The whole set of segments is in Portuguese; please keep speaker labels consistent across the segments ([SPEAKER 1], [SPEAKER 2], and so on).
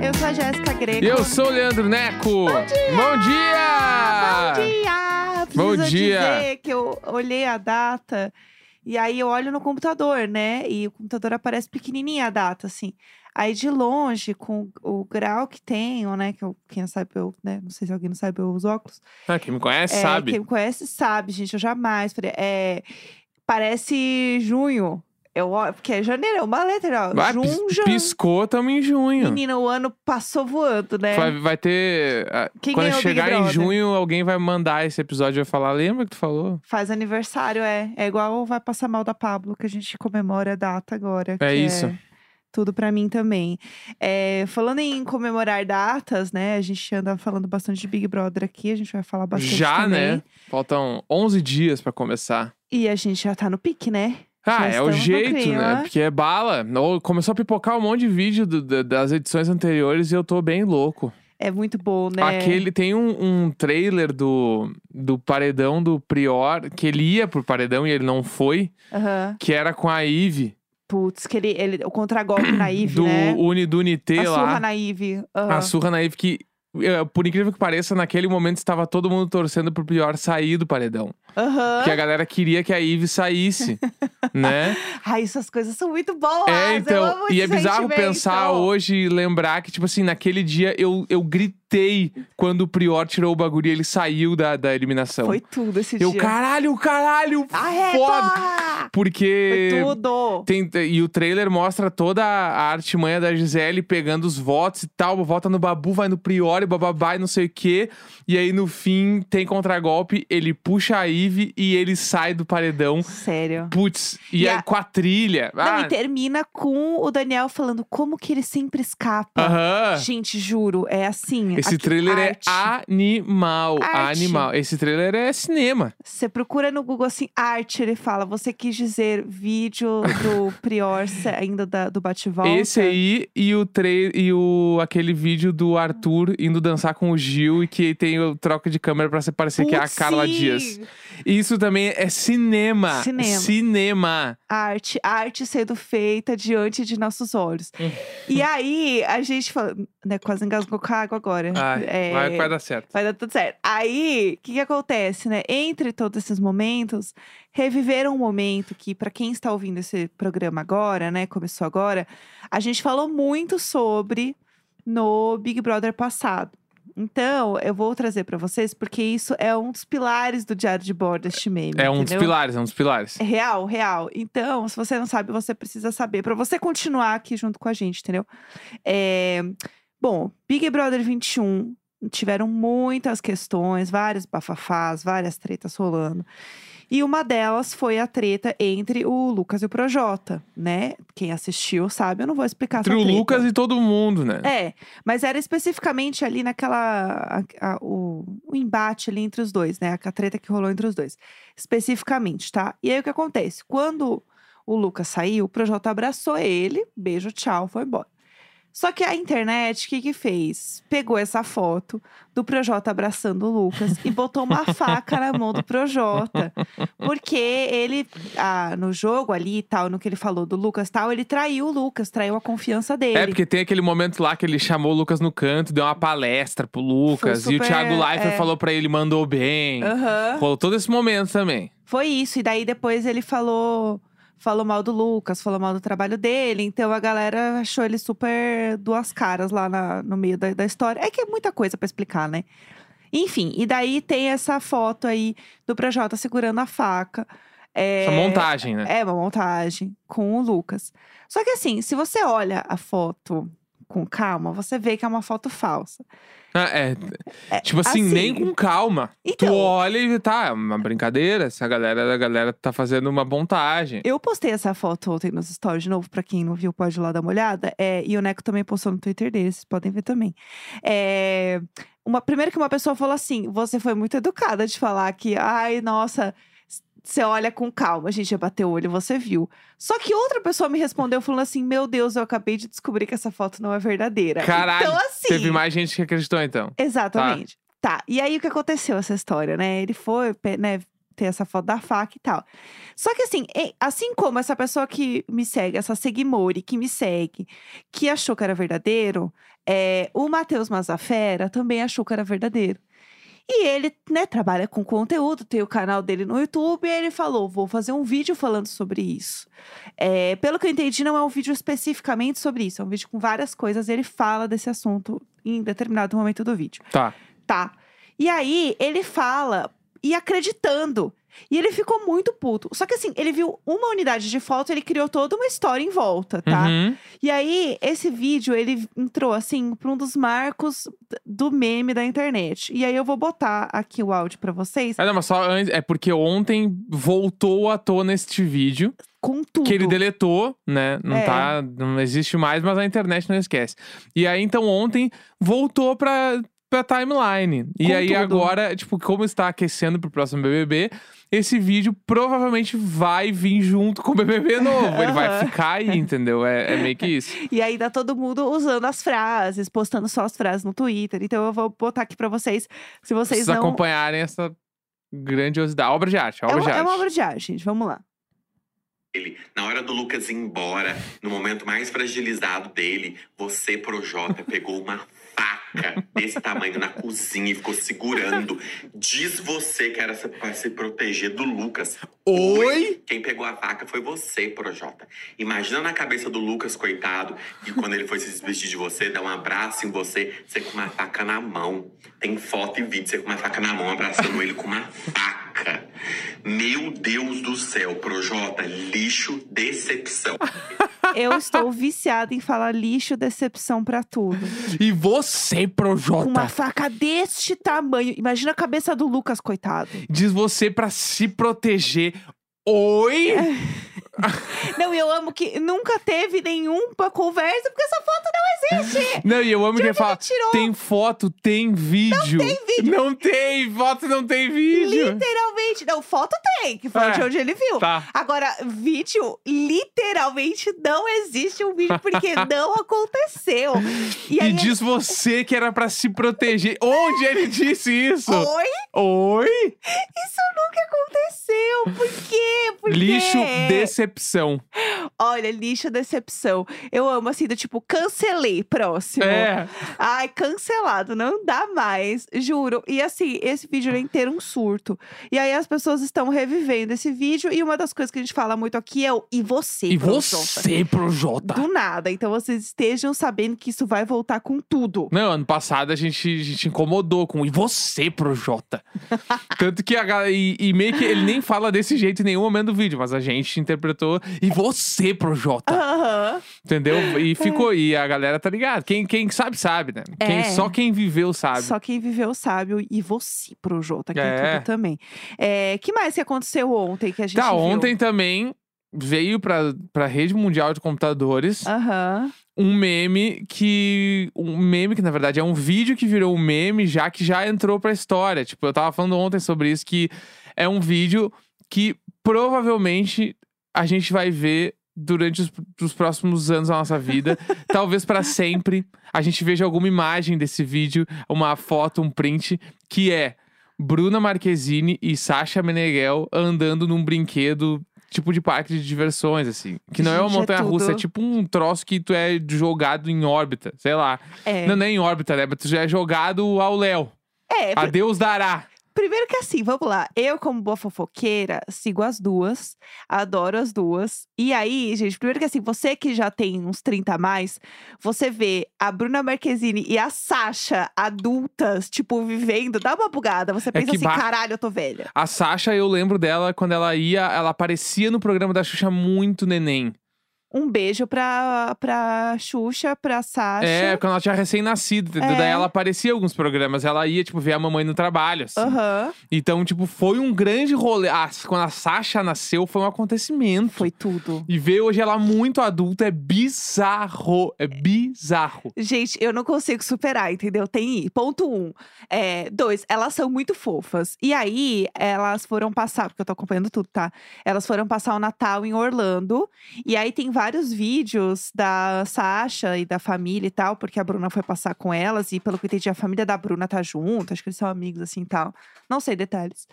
[SPEAKER 1] é a Jéssica Greco.
[SPEAKER 2] Eu sou o Leandro Neco. Bom dia!
[SPEAKER 1] Bom
[SPEAKER 2] Bom dia!
[SPEAKER 1] dia! Preciso
[SPEAKER 2] Bom dia!
[SPEAKER 1] dizer que eu olhei a data e aí eu olho no computador, né? E o computador aparece pequenininha a data, assim. Aí de longe, com o grau que tenho, né? Que eu, quem sabe, eu, né? Não sei se alguém não sabe, eu uso óculos.
[SPEAKER 2] Ah, quem me conhece
[SPEAKER 1] É,
[SPEAKER 2] sabe.
[SPEAKER 1] Quem me conhece sabe, gente. Eu jamais falei. É, parece junho. Eu, ó- porque é janeiro, é uma letra, ó.
[SPEAKER 2] Vai,
[SPEAKER 1] Jun,
[SPEAKER 2] pis-
[SPEAKER 1] jun.
[SPEAKER 2] piscou, tamo em junho.
[SPEAKER 1] Menina, o ano passou voando, né?
[SPEAKER 2] Vai, vai ter. ah,
[SPEAKER 1] Quem
[SPEAKER 2] Quando
[SPEAKER 1] ganhou o Big
[SPEAKER 2] chegar em
[SPEAKER 1] Brother?
[SPEAKER 2] junho, alguém vai mandar esse episódio e vai falar: lembra que tu falou?
[SPEAKER 1] Faz aniversário, é. É igual o Vai Passar Mal da Pablo, que a gente comemora a data agora. que
[SPEAKER 2] É
[SPEAKER 1] é
[SPEAKER 2] isso.
[SPEAKER 1] tudo pra mim também. É, falando em comemorar datas, né? A gente anda falando bastante de Big Brother aqui, a gente vai falar bastante
[SPEAKER 2] já,
[SPEAKER 1] também.
[SPEAKER 2] né? Faltam 11 dias pra começar.
[SPEAKER 1] E a gente já tá no pique, né?
[SPEAKER 2] Ah,
[SPEAKER 1] Já
[SPEAKER 2] é o
[SPEAKER 1] estamos no
[SPEAKER 2] jeito, né?
[SPEAKER 1] clima.
[SPEAKER 2] Porque é bala. Ou Começou a pipocar um monte de vídeo do- da- das edições anteriores e eu tô bem louco.
[SPEAKER 1] É muito bom, né?
[SPEAKER 2] Aquele tem um, um trailer do, do paredão do Prior, que ele ia pro paredão e ele não foi,
[SPEAKER 1] Aham.
[SPEAKER 2] que era com a Ive,
[SPEAKER 1] Putz, que ele, ele, o contragolpe na Ive,
[SPEAKER 2] do
[SPEAKER 1] né?
[SPEAKER 2] Uni do Unité
[SPEAKER 1] A
[SPEAKER 2] lá.
[SPEAKER 1] surra na Ive. aham.
[SPEAKER 2] A surra na Ive que. eh, Por incrível que pareça, naquele momento estava todo mundo torcendo pro Prior sair do paredão.
[SPEAKER 1] Aham.
[SPEAKER 2] Porque a galera queria que é a Ive saísse, né?
[SPEAKER 1] Ai, essas coisas são muito boas!
[SPEAKER 2] É,
[SPEAKER 1] eu
[SPEAKER 2] então,
[SPEAKER 1] amo esse
[SPEAKER 2] e é bizarro
[SPEAKER 1] sentimento.
[SPEAKER 2] pensar hoje e lembrar que, tipo assim, naquele dia eu, eu gritei quando o Prior tirou o bagulho e ele saiu da, da eliminação.
[SPEAKER 1] Foi tudo esse
[SPEAKER 2] então. eu,
[SPEAKER 1] dia.
[SPEAKER 2] caralho, caralho,
[SPEAKER 1] Arre,
[SPEAKER 2] foda!
[SPEAKER 1] porra!
[SPEAKER 2] Porque.
[SPEAKER 1] Ah, é, Foi tudo!
[SPEAKER 2] Tem, e o trailer mostra toda a artimanha da Gisele pegando os votos e tal. Vota no Babu, vai no Priori, bababá e não sei o quê. E aí, no fim, tem contragolpe, ele puxa a Ive e ele sai do paredão.
[SPEAKER 1] Sério.
[SPEAKER 2] Putz, e,
[SPEAKER 1] E
[SPEAKER 2] aí
[SPEAKER 1] a-
[SPEAKER 2] com a trilha.
[SPEAKER 1] Não, então,
[SPEAKER 2] ah,
[SPEAKER 1] e termina com o Daniel falando como que ele sempre escapa.
[SPEAKER 2] Aham.
[SPEAKER 1] Gente, juro, é assim.
[SPEAKER 2] Esse
[SPEAKER 1] aqui-
[SPEAKER 2] trailer
[SPEAKER 1] arte.
[SPEAKER 2] é animal.
[SPEAKER 1] Arte.
[SPEAKER 2] Animal. Esse trailer é cinema.
[SPEAKER 1] Você procura no Google assim, arte, ele fala. Você quis dizer vídeo do Prior se- ainda da- do bate-volta?
[SPEAKER 2] Esse aí e o trailer e o aquele vídeo do Arthur indo dançar com o Gil e que tem o troca de câmera pra se parecer que é a
[SPEAKER 1] Putz,
[SPEAKER 2] Carla
[SPEAKER 1] sim!
[SPEAKER 2] Dias. Isso também é cinema.
[SPEAKER 1] Cinema.
[SPEAKER 2] Cinema.
[SPEAKER 1] Arte, arte sendo feita diante de nossos olhos.
[SPEAKER 2] Hum.
[SPEAKER 1] e aí, a gente fala. Né, quase engasgou com a água agora.
[SPEAKER 2] Ai,
[SPEAKER 1] É,
[SPEAKER 2] vai, vai dar certo.
[SPEAKER 1] Vai dar tudo certo. Aí, o que, que acontece, né? Entre todos esses momentos, reviveram um momento que, pra quem está ouvindo esse programa agora, né? Começou agora, a gente falou muito sobre no Big Brother passado. Então, eu vou trazer pra vocês, porque isso é um dos pilares do diário de bordo este meme.
[SPEAKER 2] É um dos
[SPEAKER 1] entendeu?
[SPEAKER 2] pilares, é um dos pilares.
[SPEAKER 1] É Real, real. Então, se você não sabe, você precisa saber pra você continuar aqui junto com a gente, entendeu? É, Bom, Big Brother 21 tiveram muitas questões, vários bafafás, várias tretas rolando. E uma delas foi a treta entre o Lucas e o Projota, né? Quem assistiu sabe, eu não vou explicar
[SPEAKER 2] Entre
[SPEAKER 1] essa
[SPEAKER 2] o
[SPEAKER 1] treta.
[SPEAKER 2] Lucas e todo mundo, né?
[SPEAKER 1] tá É, mas era especificamente ali naquela. a- a- o, o embate ali entre os dois, né? A treta que rolou entre os dois. Especificamente, tá? E aí o que acontece? Quando o Lucas saiu, o Projota abraçou ele, beijo, tchau, foi embora. Só que a internet, o que que fez? Pegou essa foto do Projota abraçando o Lucas e botou uma faca na mão do Projota. Porque ele, ah, no jogo ali e tal, no que ele falou do Lucas e tal, ele traiu o Lucas, traiu a confiança dele.
[SPEAKER 2] É, porque tem aquele momento lá que ele chamou o Lucas no canto, deu uma palestra pro Lucas.
[SPEAKER 1] Foi
[SPEAKER 2] E o
[SPEAKER 1] super-
[SPEAKER 2] Thiago Leifert
[SPEAKER 1] é.
[SPEAKER 2] falou pra ele, mandou bem.
[SPEAKER 1] Aham.
[SPEAKER 2] Rolou todo esse momento também.
[SPEAKER 1] Foi isso. E daí depois ele falou. Falou mal do Lucas, falou mal do trabalho dele. Então a galera achou ele super duas caras lá na- no meio da, da história. É que é muita coisa pra explicar, né? Enfim, e daí tem essa foto aí do Projota segurando a faca. É,
[SPEAKER 2] Essa montagem, né?
[SPEAKER 1] é uma montagem com o Lucas. Só que assim, se você olha a foto com calma, você vê que é uma foto falsa.
[SPEAKER 2] Ah, é.
[SPEAKER 1] É,
[SPEAKER 2] Tipo assim,
[SPEAKER 1] assim-
[SPEAKER 2] nem com calma. Tu
[SPEAKER 1] Então,
[SPEAKER 2] olha e tá, é uma brincadeira. Essa galera, a galera tá fazendo uma montagem.
[SPEAKER 1] Eu postei essa foto ontem nos stories de novo, pra quem não viu, pode ir lá dar uma olhada. É, e o Neco também postou no Twitter dele, vocês podem ver também. É, uma, primeiro que uma pessoa falou assim: você foi muito educada de falar que, ai, nossa, s- você olha com calma, a gente ia bater o olho, você viu. Só que outra pessoa me respondeu falando assim: meu Deus, eu acabei de descobrir que essa foto não é verdadeira.
[SPEAKER 2] Caralho,
[SPEAKER 1] então, assim,
[SPEAKER 2] Teve mais gente que acreditou, então.
[SPEAKER 1] Exatamente. Tá. E aí o que aconteceu essa história, né? Ele foi, pe- né? tem essa foto da faca e tal. Só que assim, é- assim como essa pessoa que me segue, essa Seguimori que me segue, que achou que era verdadeiro, é, o Matheus Mazafera também achou que era verdadeiro. E ele, né, trabalha com conteúdo, tem o canal dele no YouTube, e ele falou: vou fazer um vídeo falando sobre isso. É, pelo que eu entendi, não é um vídeo especificamente sobre isso, é um vídeo com várias coisas, e ele fala desse assunto em determinado momento do vídeo.
[SPEAKER 2] Tá.
[SPEAKER 1] Tá. E aí ele fala e acreditando. E ele ficou muito puto. Só que assim, ele viu uma unidade de foto, ele criou toda uma história em volta, tá?
[SPEAKER 2] Uhum.
[SPEAKER 1] E aí, esse vídeo, ele entrou, assim, pra um dos marcos d- do meme da internet. E aí, eu vou botar aqui o áudio pra vocês,
[SPEAKER 2] Ah, não, mas só antes. É porque ontem voltou à tona este vídeo.
[SPEAKER 1] com tudo.
[SPEAKER 2] Que ele deletou, né? Não
[SPEAKER 1] É.
[SPEAKER 2] tá. Não existe mais, mas a internet não esquece. E aí, então, ontem voltou pra, pra timeline. E
[SPEAKER 1] Com
[SPEAKER 2] aí,
[SPEAKER 1] tudo.
[SPEAKER 2] agora, tipo, como está aquecendo pro próximo BBB, esse vídeo provavelmente vai vir junto com o BBB novo. Ele vai
[SPEAKER 1] Aham.
[SPEAKER 2] ficar aí, entendeu? É, é meio que isso.
[SPEAKER 1] E aí, dá todo mundo usando as frases, postando só as frases no Twitter. Então, eu vou botar aqui pra vocês, se vocês
[SPEAKER 2] Vocês
[SPEAKER 1] não...
[SPEAKER 2] acompanharem essa grandiosidade. Obra de arte,
[SPEAKER 1] É
[SPEAKER 2] obra de
[SPEAKER 1] uma,
[SPEAKER 2] arte.
[SPEAKER 1] é uma obra de arte, gente. Vamos lá.
[SPEAKER 3] ele, na hora do Lucas ir embora, no momento mais fragilizado dele, você, Projota, pegou uma faca desse tamanho na cozinha e ficou segurando. Diz você que era para se proteger do Lucas.
[SPEAKER 2] Oi?
[SPEAKER 3] Quem pegou a faca foi você, Projota. Imagina na cabeça do Lucas, coitado, que quando ele foi se desvestir de você, dar um abraço em você, você com uma faca na mão. Tem foto e vídeo, você com uma faca na mão, abraçando ele com uma faca. Meu Deus do céu, Projota, lixo, decepção.
[SPEAKER 1] Eu estou viciada em falar lixo, decepção pra tudo.
[SPEAKER 2] E você, Projota?
[SPEAKER 1] Com uma faca deste tamanho. Imagina a cabeça do Lucas, coitado.
[SPEAKER 2] Diz você pra se proteger. Oi?
[SPEAKER 1] Não, e eu amo que nunca teve nenhuma conversa, porque essa foto não existe.
[SPEAKER 2] Não, e eu amo que ele
[SPEAKER 1] Tipo,
[SPEAKER 2] fala:
[SPEAKER 1] ele tirou.
[SPEAKER 2] tem foto, tem vídeo. Não tem
[SPEAKER 1] vídeo.
[SPEAKER 2] Não tem, foto não tem vídeo.
[SPEAKER 1] Literalmente. Não, foto tem, que foi
[SPEAKER 2] É,
[SPEAKER 1] de onde ele viu.
[SPEAKER 2] Tá.
[SPEAKER 1] Agora, vídeo, literalmente não existe um vídeo, porque não aconteceu. E,
[SPEAKER 2] E,
[SPEAKER 1] aí,
[SPEAKER 2] diz você que era pra se proteger. Onde ele disse isso?
[SPEAKER 1] Oi?
[SPEAKER 2] Oi?
[SPEAKER 1] Isso nunca aconteceu. Por quê? Por
[SPEAKER 2] Lixo,
[SPEAKER 1] quê?
[SPEAKER 2] decepção.
[SPEAKER 1] Olha, lixo, decepção. Eu amo, assim, do tipo, cancelei, próximo.
[SPEAKER 2] É.
[SPEAKER 1] Ai, cancelado, não dá mais, juro. E assim, esse vídeo ele é inteiro um surto. E aí as pessoas estão revivendo esse vídeo e uma das coisas que a gente fala muito aqui é o e você.
[SPEAKER 2] E
[SPEAKER 1] Projota?"
[SPEAKER 2] você, Projota?
[SPEAKER 1] Do nada. Então vocês estejam sabendo que isso vai voltar com tudo.
[SPEAKER 2] Não, ano passado a gente, a gente incomodou com e você, Projota. Tanto que a galera. E, e meio que ele nem fala desse jeito em nenhum momento do vídeo, mas a gente interpretou e você, Projota.
[SPEAKER 1] Aham.
[SPEAKER 2] Entendeu? E ficou. E a galera tá ligada. Quem, quem sabe, sabe, né?
[SPEAKER 1] É.
[SPEAKER 2] Quem, só quem viveu sabe.
[SPEAKER 1] Só quem viveu sabe o e você, Projota, que
[SPEAKER 2] É.
[SPEAKER 1] é tudo também. É, que mais que aconteceu ontem que a gente
[SPEAKER 2] tá,
[SPEAKER 1] viu?
[SPEAKER 2] ontem também veio pra, pra rede mundial de computadores
[SPEAKER 1] Ah. Aham.
[SPEAKER 2] um meme que. Um meme que, na verdade, é um vídeo que virou um meme, já que já entrou pra história. Tipo, eu tava falando ontem sobre isso, que é um vídeo que provavelmente a gente vai ver durante os, os próximos anos da nossa vida. talvez pra sempre. A gente veja alguma imagem desse vídeo, uma foto, um print, que é Bruna Marquezine e Sasha Meneghel andando num brinquedo. Tipo de parque de diversões, assim. Que não é uma
[SPEAKER 1] Gente, é
[SPEAKER 2] montanha russa, é
[SPEAKER 1] tudo.
[SPEAKER 2] tipo um troço que tu é jogado em órbita, sei lá.
[SPEAKER 1] É.
[SPEAKER 2] Não, não é em órbita, né? Mas tu já é jogado ao Léo.
[SPEAKER 1] É,
[SPEAKER 2] A Deus dará.
[SPEAKER 1] Primeiro que assim, vamos lá. Eu, como boa fofoqueira, sigo as duas. Adoro as duas. E aí, gente, primeiro que assim, você que já tem uns 30 a mais, você vê a Bruna Marquezine e a Sasha adultas, tipo, vivendo, dá uma bugada. Você pensa
[SPEAKER 2] É que
[SPEAKER 1] assim,
[SPEAKER 2] ba-
[SPEAKER 1] caralho, eu tô velha.
[SPEAKER 2] A Sasha, eu lembro dela quando ela ia, ela aparecia no programa da Xuxa muito neném.
[SPEAKER 1] Um beijo pra, pra Xuxa, pra Sasha.
[SPEAKER 2] É, quando ela tinha recém-nascido. entendeu?
[SPEAKER 1] É.
[SPEAKER 2] Daí ela aparecia em alguns programas. Ela ia, tipo, ver a mamãe no trabalho, assim.
[SPEAKER 1] Aham.
[SPEAKER 2] Então, tipo, foi um grande rolê. Ah, quando a Sasha nasceu, foi um acontecimento.
[SPEAKER 1] Foi tudo.
[SPEAKER 2] E ver hoje ela muito adulta é bizarro. É bizarro.
[SPEAKER 1] Gente, eu não consigo superar, entendeu? Tem i. ponto um. É, dois, elas são muito fofas. E aí, elas foram passar, porque eu tô acompanhando tudo, tá? Elas foram passar o Natal em Orlando. E aí tem vários vídeos da Sasha e da família e tal, porque a Bruna foi passar com elas, e pelo que eu entendi, a família da Bruna tá junto, acho que eles são amigos assim e tal. Não sei detalhes.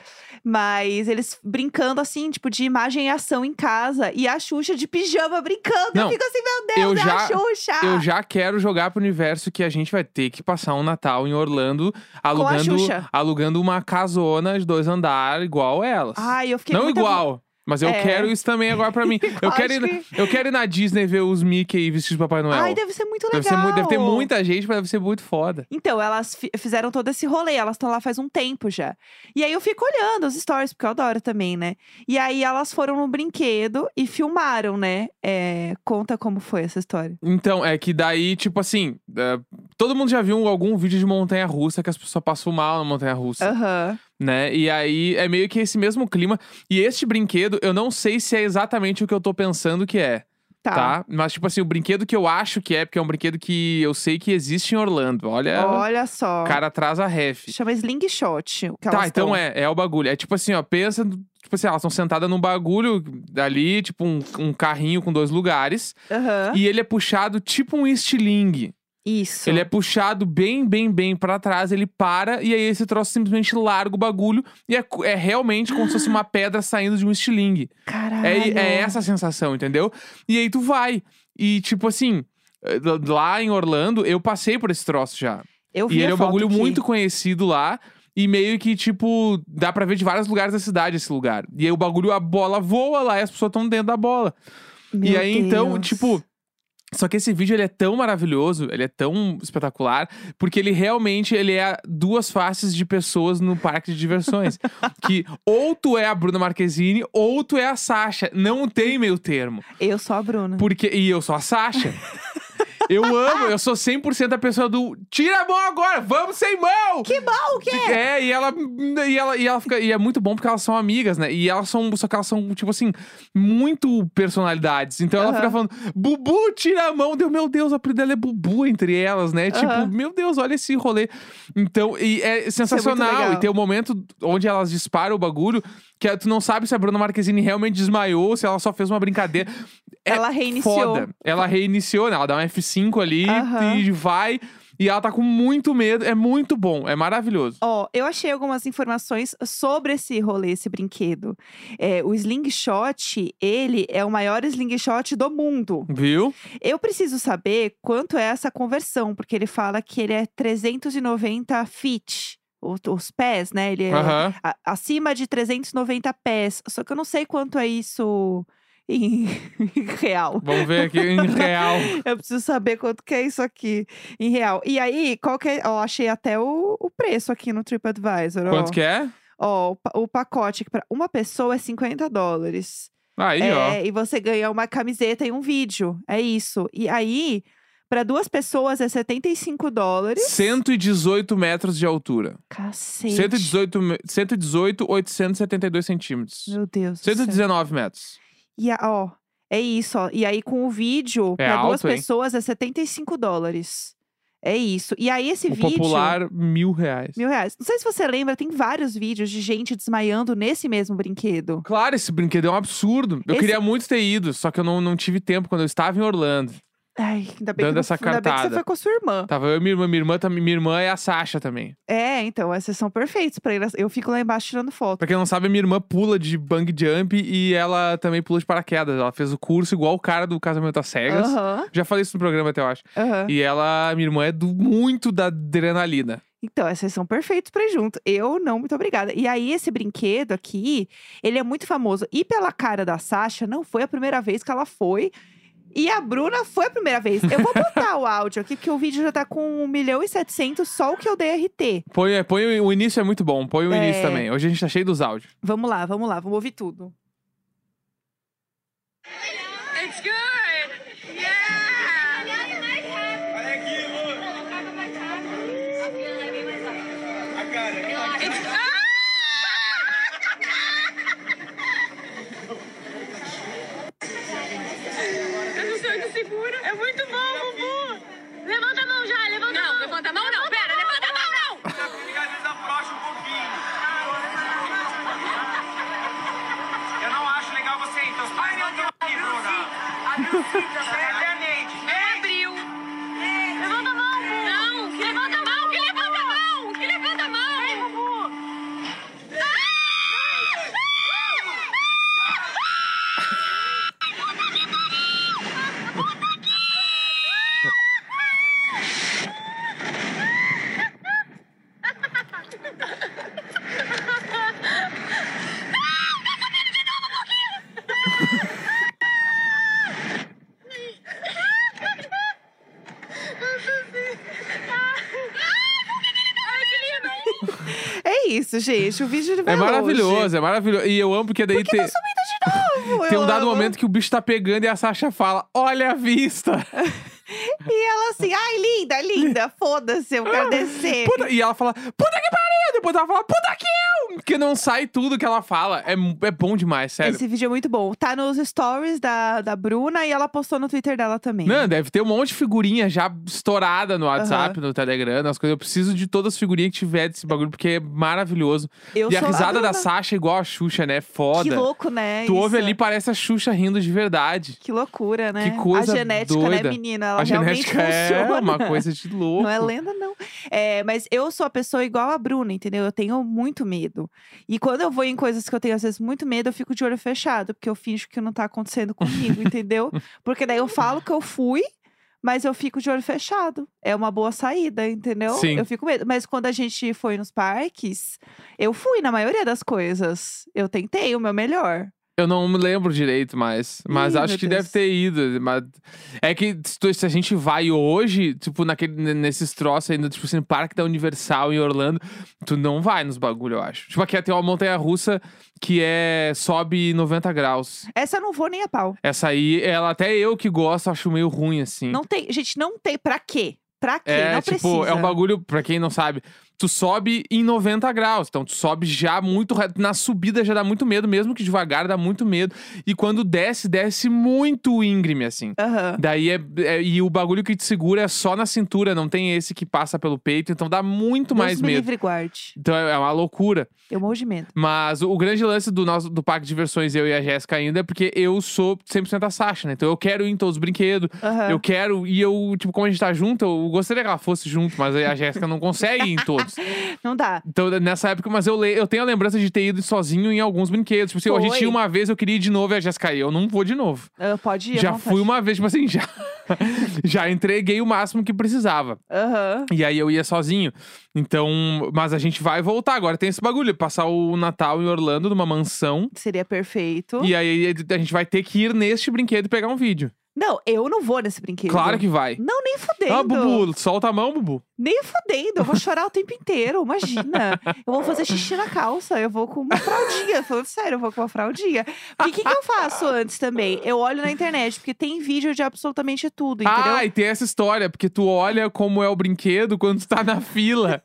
[SPEAKER 1] Mas eles brincando assim, tipo, de imagem e ação em casa, e a Xuxa de pijama brincando.
[SPEAKER 2] Não,
[SPEAKER 1] eu fico assim, meu Deus,
[SPEAKER 2] eu
[SPEAKER 1] é
[SPEAKER 2] já-
[SPEAKER 1] a Xuxa!
[SPEAKER 2] Eu já quero jogar pro universo que a gente vai ter que passar um Natal em Orlando alugando,
[SPEAKER 1] Xuxa.
[SPEAKER 2] alugando uma casona de dois andares igual elas.
[SPEAKER 1] Ai, eu fiquei
[SPEAKER 2] Não
[SPEAKER 1] muita
[SPEAKER 2] igual. Mas eu
[SPEAKER 1] É.
[SPEAKER 2] quero isso também agora pra mim. Eu, quero ir, na- eu quero ir na Disney ver os Mickey vestidos de Papai Noel.
[SPEAKER 1] Ai, deve ser muito legal.
[SPEAKER 2] deve, ser mu- deve ter muita gente, mas deve ser muito foda.
[SPEAKER 1] Então, elas fi- fizeram todo esse rolê, elas estão lá faz um tempo já. E aí eu fico olhando os stories, porque eu adoro também, né? E aí elas foram no brinquedo e filmaram, né? É, conta como foi essa história.
[SPEAKER 2] Então, é que daí, tipo assim, é, todo mundo já viu algum vídeo de montanha russa que as pessoas passam mal na montanha
[SPEAKER 1] Ah.
[SPEAKER 2] russa,
[SPEAKER 1] Aham.
[SPEAKER 2] né? E aí é meio que esse mesmo clima. E este brinquedo, eu não sei se é exatamente o que eu tô pensando que é,
[SPEAKER 1] Tá.
[SPEAKER 2] tá? Mas, tipo assim, o brinquedo que eu acho que é, porque é um brinquedo que eu sei que existe em Orlando. Olha,
[SPEAKER 1] Olha só.
[SPEAKER 2] o cara traz a ref.
[SPEAKER 1] Chama slingshot. O que
[SPEAKER 2] Tá,
[SPEAKER 1] elas
[SPEAKER 2] então
[SPEAKER 1] tão.
[SPEAKER 2] é, é o bagulho. É tipo assim, ó, pensa. Tipo assim, elas estão sentadas num bagulho ali, tipo um, um carrinho com dois lugares.
[SPEAKER 1] Aham.
[SPEAKER 2] E ele é puxado tipo um estilingue.
[SPEAKER 1] Isso.
[SPEAKER 2] Ele é puxado bem, bem, bem pra trás, ele para e aí esse troço simplesmente larga o bagulho e é, cu- é realmente como se fosse uma pedra saindo de um estilingue.
[SPEAKER 1] Caralho.
[SPEAKER 2] É, é essa a sensação, entendeu? E aí tu vai. E tipo assim, eh, lá em Orlando, eu passei por esse troço já.
[SPEAKER 1] Eu vi
[SPEAKER 2] E ele
[SPEAKER 1] a
[SPEAKER 2] é um
[SPEAKER 1] foto
[SPEAKER 2] bagulho
[SPEAKER 1] aqui.
[SPEAKER 2] muito conhecido lá. E meio que, tipo, dá pra ver de vários lugares da cidade esse lugar. E aí o bagulho, a bola voa lá e as pessoas estão dentro da bola.
[SPEAKER 1] Meu
[SPEAKER 2] e aí, então,
[SPEAKER 1] Deus.
[SPEAKER 2] tipo. Só que esse vídeo ele é tão maravilhoso, ele é tão espetacular, porque ele realmente ele é duas faces de pessoas no parque de diversões. que ou tu é a Bruna Marquezine ou tu é a Sasha. Não tem meio termo.
[SPEAKER 1] Eu sou a Bruna.
[SPEAKER 2] Porque e eu sou a Sasha. Eu amo, eu sou 100% a pessoa do tira a mão agora, vamos sem mão.
[SPEAKER 1] Que bom o quê?
[SPEAKER 2] É, e ela, e ela, e ela fica. E é muito bom porque elas são amigas, né? E elas são. Só que elas são, tipo assim, muito personalidades. Então ela
[SPEAKER 1] Aham.
[SPEAKER 2] fica falando, Bubu, tira a mão. Deu, meu Deus, o apelido dela é Bubu entre elas, né?
[SPEAKER 1] Aham.
[SPEAKER 2] Tipo, meu Deus, olha esse rolê. Então, e é sensacional.
[SPEAKER 1] legal.
[SPEAKER 2] e tem o momento onde elas disparam o bagulho, que é, tu não sabe se a Bruna Marquezine realmente desmaiou, se ela só fez uma brincadeira. É
[SPEAKER 1] Ela reiniciou.
[SPEAKER 2] Foda. Ela reiniciou, né? Ela dá um F5 ali
[SPEAKER 1] Aham.
[SPEAKER 2] e vai. E ela tá com muito medo. É muito bom. É maravilhoso.
[SPEAKER 1] Ó, eu achei algumas informações sobre esse rolê, esse brinquedo. É, o slingshot, ele é o maior slingshot do mundo.
[SPEAKER 2] Viu?
[SPEAKER 1] Eu preciso saber quanto é essa conversão, porque ele fala que ele é 390 feet, o- os pés, né? Ele é
[SPEAKER 2] Aham.
[SPEAKER 1] a- acima de 390 pés. Só que eu não sei quanto é isso em real.
[SPEAKER 2] Vamos ver aqui em real.
[SPEAKER 1] Eu preciso saber quanto que é isso aqui em real. E aí, qual que é? Ó, achei até o, o preço aqui no TripAdvisor. ó.
[SPEAKER 2] Quanto que é?
[SPEAKER 1] Ó, o, pa- o pacote para uma pessoa é 50 dólares.
[SPEAKER 2] Aí,
[SPEAKER 1] é,
[SPEAKER 2] ó.
[SPEAKER 1] e você ganha uma camiseta e um vídeo. É isso. E aí, para duas pessoas é 75 dólares.
[SPEAKER 2] 118 metros de altura.
[SPEAKER 1] Cacete.
[SPEAKER 2] 118, me- 118, 872 centímetros.
[SPEAKER 1] Meu Deus. do céu.
[SPEAKER 2] 119 metros.
[SPEAKER 1] E a- ó, é isso, ó. E aí com o vídeo,
[SPEAKER 2] É
[SPEAKER 1] para duas
[SPEAKER 2] alto, hein?
[SPEAKER 1] pessoas é 75 dólares. É isso. E aí esse
[SPEAKER 2] O
[SPEAKER 1] vídeo
[SPEAKER 2] popular, mil reais.
[SPEAKER 1] Mil reais. Não sei se você lembra, tem vários vídeos de gente desmaiando nesse mesmo brinquedo.
[SPEAKER 2] Claro, esse brinquedo é um absurdo. Eu
[SPEAKER 1] Esse-
[SPEAKER 2] queria muito ter ido, só que eu não, não tive tempo quando eu estava em Orlando.
[SPEAKER 1] Ai, ainda bem, que,
[SPEAKER 2] Dando
[SPEAKER 1] não-
[SPEAKER 2] essa
[SPEAKER 1] ainda bem que você
[SPEAKER 2] cartada.
[SPEAKER 1] foi com a sua irmã.
[SPEAKER 2] Tava eu e minha irmã. Minha irmã, tam- minha irmã é a Sasha também.
[SPEAKER 1] É, então, esses são perfeitos pra ir. nas- Eu fico lá embaixo tirando foto.
[SPEAKER 2] Pra quem não sabe, minha irmã pula de bang jump e ela também pula de paraquedas. Ela fez o curso igual o cara do Casamento às Cegas.
[SPEAKER 1] Aham,
[SPEAKER 2] Já falei isso no programa até, eu acho.
[SPEAKER 1] aham.
[SPEAKER 2] E ela, minha irmã, é do muito da adrenalina.
[SPEAKER 1] Então, esses são perfeitos pra ir junto. Eu não, muito obrigada. E aí, esse brinquedo aqui, ele é muito famoso. E pela cara da Sasha, não foi a primeira vez que ela foi. E a Bruna foi a primeira vez. Eu vou botar o áudio aqui, porque o vídeo já tá com 1 milhão e 700, só o que eu dei RT.
[SPEAKER 2] Põe, é, põe o o início é muito bom, põe o
[SPEAKER 1] É.
[SPEAKER 2] início também. Hoje a gente tá cheio dos áudios.
[SPEAKER 1] Vamos lá, vamos lá, vamos ouvir tudo.
[SPEAKER 4] It's good. Yeah. Another nice hat.
[SPEAKER 5] Olha aqui, Lu.
[SPEAKER 4] Another nice hat. I'm gonna let me myself.
[SPEAKER 5] I got it.
[SPEAKER 4] It's Ah! Eu não sei onde segura. É muito bom, Bubu. Levanta a mão já, levanta a mão. Não, levanta a mão não. Pera, levanta a mão não.
[SPEAKER 5] Porque às vezes afrouxa um pouquinho. Eu não acho legal você ir. Teus pais não estão aqui, Bruna.
[SPEAKER 4] É abril. Levanta a mão, Não, que levanta a mão, que levanta a mão, que levanta a mão. Vem, Bubu. tá tá
[SPEAKER 1] É isso, gente. O vídeo ele vai
[SPEAKER 2] é maravilhoso,
[SPEAKER 1] longe.
[SPEAKER 2] é maravilhoso. E eu amo porque daí
[SPEAKER 1] Porque
[SPEAKER 2] tem,
[SPEAKER 1] tá subindo de novo.
[SPEAKER 2] tem
[SPEAKER 1] eu
[SPEAKER 2] um dado
[SPEAKER 1] amo.
[SPEAKER 2] momento que o bicho tá pegando e a Sasha fala: Olha a vista!
[SPEAKER 1] É. E ela assim, ai, linda, linda, foda-se, eu quero descer.
[SPEAKER 2] Puta- E ela fala: Puta que pariu! Depois ela fala: Puta que eu! Que não sai tudo que ela fala. É, mu- é bom demais, sério.
[SPEAKER 1] Esse vídeo é muito bom. Tá nos stories da, da Bruna e ela postou no Twitter dela também.
[SPEAKER 2] Não, deve ter um monte de figurinha já estourada no WhatsApp, no Telegram, nas coisas. Eu preciso de todas as figurinhas que tiver desse bagulho, porque é maravilhoso.
[SPEAKER 1] Eu
[SPEAKER 2] e a
[SPEAKER 1] sou a
[SPEAKER 2] risada da
[SPEAKER 1] Bruna.
[SPEAKER 2] Sasha é igual a Xuxa, né? Foda.
[SPEAKER 1] Que louco, né?
[SPEAKER 2] tu ouve
[SPEAKER 1] isso?
[SPEAKER 2] ali, parece a Xuxa rindo de verdade.
[SPEAKER 1] Que loucura, né?
[SPEAKER 2] Que coisa
[SPEAKER 1] A genética,
[SPEAKER 2] doida.
[SPEAKER 1] né, menina? Ela
[SPEAKER 2] a
[SPEAKER 1] realmente
[SPEAKER 2] genética é
[SPEAKER 1] funciona.
[SPEAKER 2] uma coisa de louco.
[SPEAKER 1] Não é lenda, não. É, mas eu sou a pessoa igual a Bruna, entendeu? Eu tenho muito medo. E quando eu vou em coisas que eu tenho, às vezes, muito medo, eu fico de olho fechado, porque eu finjo que não tá acontecendo comigo, entendeu? Porque daí eu falo que eu fui, mas eu fico de olho fechado. É uma boa saída, entendeu?
[SPEAKER 2] Sim.
[SPEAKER 1] Eu fico com medo. Mas quando a gente foi nos parques, eu fui na maioria das coisas. Eu tentei o meu melhor.
[SPEAKER 2] Eu não me lembro direito mais. Mas
[SPEAKER 1] Ih,
[SPEAKER 2] acho
[SPEAKER 1] meu
[SPEAKER 2] que
[SPEAKER 1] Deus.
[SPEAKER 2] deve ter ido. Mas é que se, tu- se a gente vai hoje, tipo, naquele, n- nesses troços ainda, tipo assim, no Parque da Universal em Orlando, tu não vai nos bagulho, eu acho. Tipo, aqui tem uma montanha russa que é. sobe 90 graus.
[SPEAKER 1] Essa eu não vou nem a pau.
[SPEAKER 2] Essa aí, ela até eu que gosto, acho meio ruim, assim.
[SPEAKER 1] Não tem, gente, não tem pra quê? Pra quê?
[SPEAKER 2] É,
[SPEAKER 1] não
[SPEAKER 2] tipo,
[SPEAKER 1] precisa.
[SPEAKER 2] é um bagulho, pra quem não sabe, tu sobe em 90 graus. Então, tu sobe já muito reto. Na subida já dá muito medo, mesmo que devagar, dá muito medo. E quando desce, desce muito íngreme, assim.
[SPEAKER 1] Aham.
[SPEAKER 2] Daí é, é- E o bagulho que te segura é só na cintura, não tem esse que passa pelo peito. Então dá muito
[SPEAKER 1] Deus
[SPEAKER 2] mais
[SPEAKER 1] me
[SPEAKER 2] medo.
[SPEAKER 1] livre e guarde.
[SPEAKER 2] Então é é uma loucura.
[SPEAKER 1] Eu morro de medo.
[SPEAKER 2] Mas o o grande lance do nosso do parque de diversões, eu e a Jéssica ainda, é porque eu sou 100% a Sasha, né? Então eu quero ir em todos os brinquedos,
[SPEAKER 1] Aham.
[SPEAKER 2] eu quero, e eu, tipo, como a gente tá junto, eu gostaria que ela fosse junto, mas aí a Jéssica não consegue ir em todos.
[SPEAKER 1] Não dá.
[SPEAKER 2] Então, nessa época, mas eu, le- eu tenho a lembrança de ter ido sozinho em alguns brinquedos. Tipo, se a gente
[SPEAKER 1] Foi.
[SPEAKER 2] ia uma vez, eu queria ir de novo, e a Jéssica, "Aí eu não vou de novo.
[SPEAKER 1] Ah, pode ir. à
[SPEAKER 2] já
[SPEAKER 1] vontade.
[SPEAKER 2] fui uma vez, tipo assim, já, já entreguei o máximo que precisava.
[SPEAKER 1] Aham.
[SPEAKER 2] E aí eu ia sozinho. Então, mas a gente vai voltar agora. Tem esse bagulho, passar o Natal em Orlando, numa mansão.
[SPEAKER 1] Seria perfeito.
[SPEAKER 2] E aí a gente vai ter que ir neste brinquedo e pegar um vídeo.
[SPEAKER 1] Não, eu não vou nesse brinquedo.
[SPEAKER 2] Claro que vai.
[SPEAKER 1] Não, nem fudendo.
[SPEAKER 2] Ah, Bubu, solta a mão, Bubu.
[SPEAKER 1] Nem fudendo. Eu vou chorar o tempo inteiro, imagina. Eu vou fazer xixi na calça. Eu vou com uma fraldinha. Falando sério, eu vou com uma fraldinha. Porque o que, que eu faço antes também? Eu olho na internet, porque tem vídeo de absolutamente tudo, entendeu?
[SPEAKER 2] Ah, e tem essa história, porque tu olha como é o brinquedo quando tu tá na fila.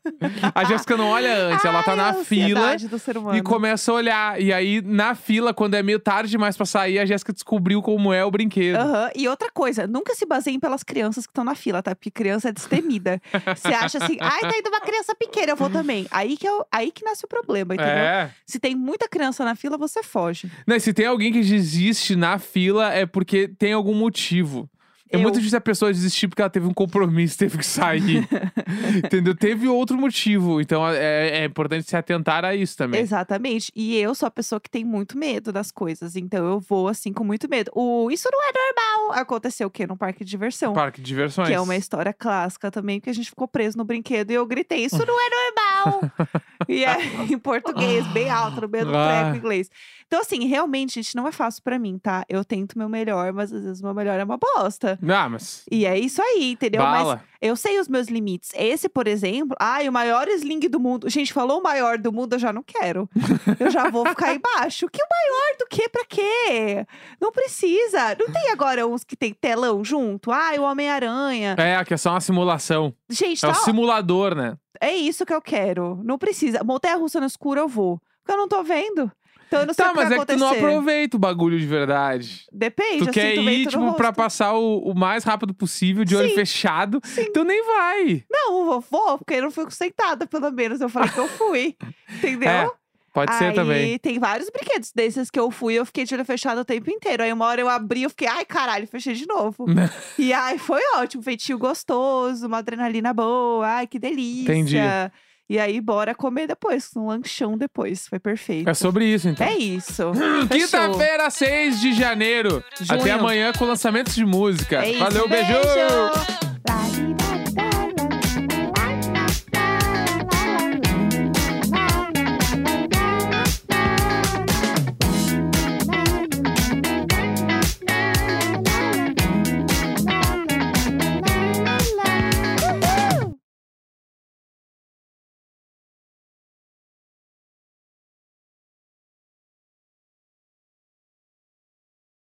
[SPEAKER 2] a Jéssica não olha antes, ela tá
[SPEAKER 1] Ai,
[SPEAKER 2] na
[SPEAKER 1] a
[SPEAKER 2] fila.
[SPEAKER 1] ansiedade do ser humano.
[SPEAKER 2] E começa a olhar. E aí, na fila, quando é meio tarde demais pra sair, a Jéssica descobriu como é o brinquedo.
[SPEAKER 1] Aham, E outra coisa, nunca se baseiem pelas crianças que estão na fila, tá? Porque criança é destemida. Você acha assim, ai, tá indo uma criança pequena, eu vou também. Aí que, é o- aí que nasce o problema, entendeu?
[SPEAKER 2] é.
[SPEAKER 1] Se tem muita criança na fila, você foge.
[SPEAKER 2] Não, e se tem alguém que desiste na fila, é porque tem algum motivo. É
[SPEAKER 1] Eu.
[SPEAKER 2] muito difícil a pessoa desistir porque ela teve um compromisso, teve que sair. Entendeu? Teve outro motivo. Então é, é importante se atentar a isso também.
[SPEAKER 1] Exatamente. E eu sou a pessoa que tem muito medo das coisas. Então eu vou, assim, com muito medo. O Isso não é normal! Aconteceu o quê? Num parque de diversão.
[SPEAKER 2] Um Parque de diversões.
[SPEAKER 1] Que é uma história clássica também, porque a gente ficou preso no brinquedo e eu gritei, isso não é normal! e é em português, bem alto, no meio do
[SPEAKER 2] Ah.
[SPEAKER 1] treco em inglês. Então, assim, realmente, gente, não é fácil pra mim, tá? Eu tento meu melhor, mas às vezes o meu melhor é uma bosta.
[SPEAKER 2] Ah, mas.
[SPEAKER 1] E é isso aí, entendeu? Mas
[SPEAKER 2] Bala.
[SPEAKER 1] eu sei os meus limites. Esse, por exemplo, ai, o maior sling do mundo. Gente, falou o maior do mundo, eu já não quero. Eu já vou ficar embaixo. Que o maior do que pra quê? Não precisa. Não tem agora uns que tem telão junto? Ai, o Homem-Aranha.
[SPEAKER 2] É, que é só uma simulação.
[SPEAKER 1] Gente,
[SPEAKER 2] É um
[SPEAKER 1] tá-
[SPEAKER 2] simulador, né?
[SPEAKER 1] é isso que eu quero. Não precisa. Montanha russa no escuro, eu vou. Porque eu não tô vendo. Então eu não sei
[SPEAKER 2] tá,
[SPEAKER 1] o que
[SPEAKER 2] mas
[SPEAKER 1] vai
[SPEAKER 2] é que tu não
[SPEAKER 1] acontecer.
[SPEAKER 2] aproveita o bagulho de verdade.
[SPEAKER 1] Depende,
[SPEAKER 2] tu
[SPEAKER 1] eu
[SPEAKER 2] quer
[SPEAKER 1] sinto
[SPEAKER 2] ir,
[SPEAKER 1] vento no
[SPEAKER 2] tipo,
[SPEAKER 1] rosto.
[SPEAKER 2] pra passar o, o mais rápido possível, de olho
[SPEAKER 1] Sim.
[SPEAKER 2] fechado.
[SPEAKER 1] Sim.
[SPEAKER 2] Então nem vai.
[SPEAKER 1] Não, eu vou, porque eu não fico sentada, pelo menos. Eu falei que eu fui. Entendeu?
[SPEAKER 2] É. Pode ser
[SPEAKER 1] aí
[SPEAKER 2] também.
[SPEAKER 1] tem vários brinquedos desses que eu fui, eu fiquei de olho fechado o tempo inteiro. Aí uma hora eu abri, eu fiquei, ai caralho, fechei de novo.
[SPEAKER 2] Hum.
[SPEAKER 1] e aí foi ótimo, feitio gostoso, uma adrenalina boa, ai que delícia.
[SPEAKER 2] Entendi.
[SPEAKER 1] E aí bora comer depois, um lanchão depois, foi perfeito.
[SPEAKER 2] É sobre isso, então.
[SPEAKER 1] É isso. Fechou.
[SPEAKER 2] Quinta-feira, 6 de janeiro.
[SPEAKER 1] Junho.
[SPEAKER 2] Até amanhã com lançamentos de música.
[SPEAKER 1] É isso.
[SPEAKER 2] Valeu,
[SPEAKER 1] beijo.
[SPEAKER 2] beijo.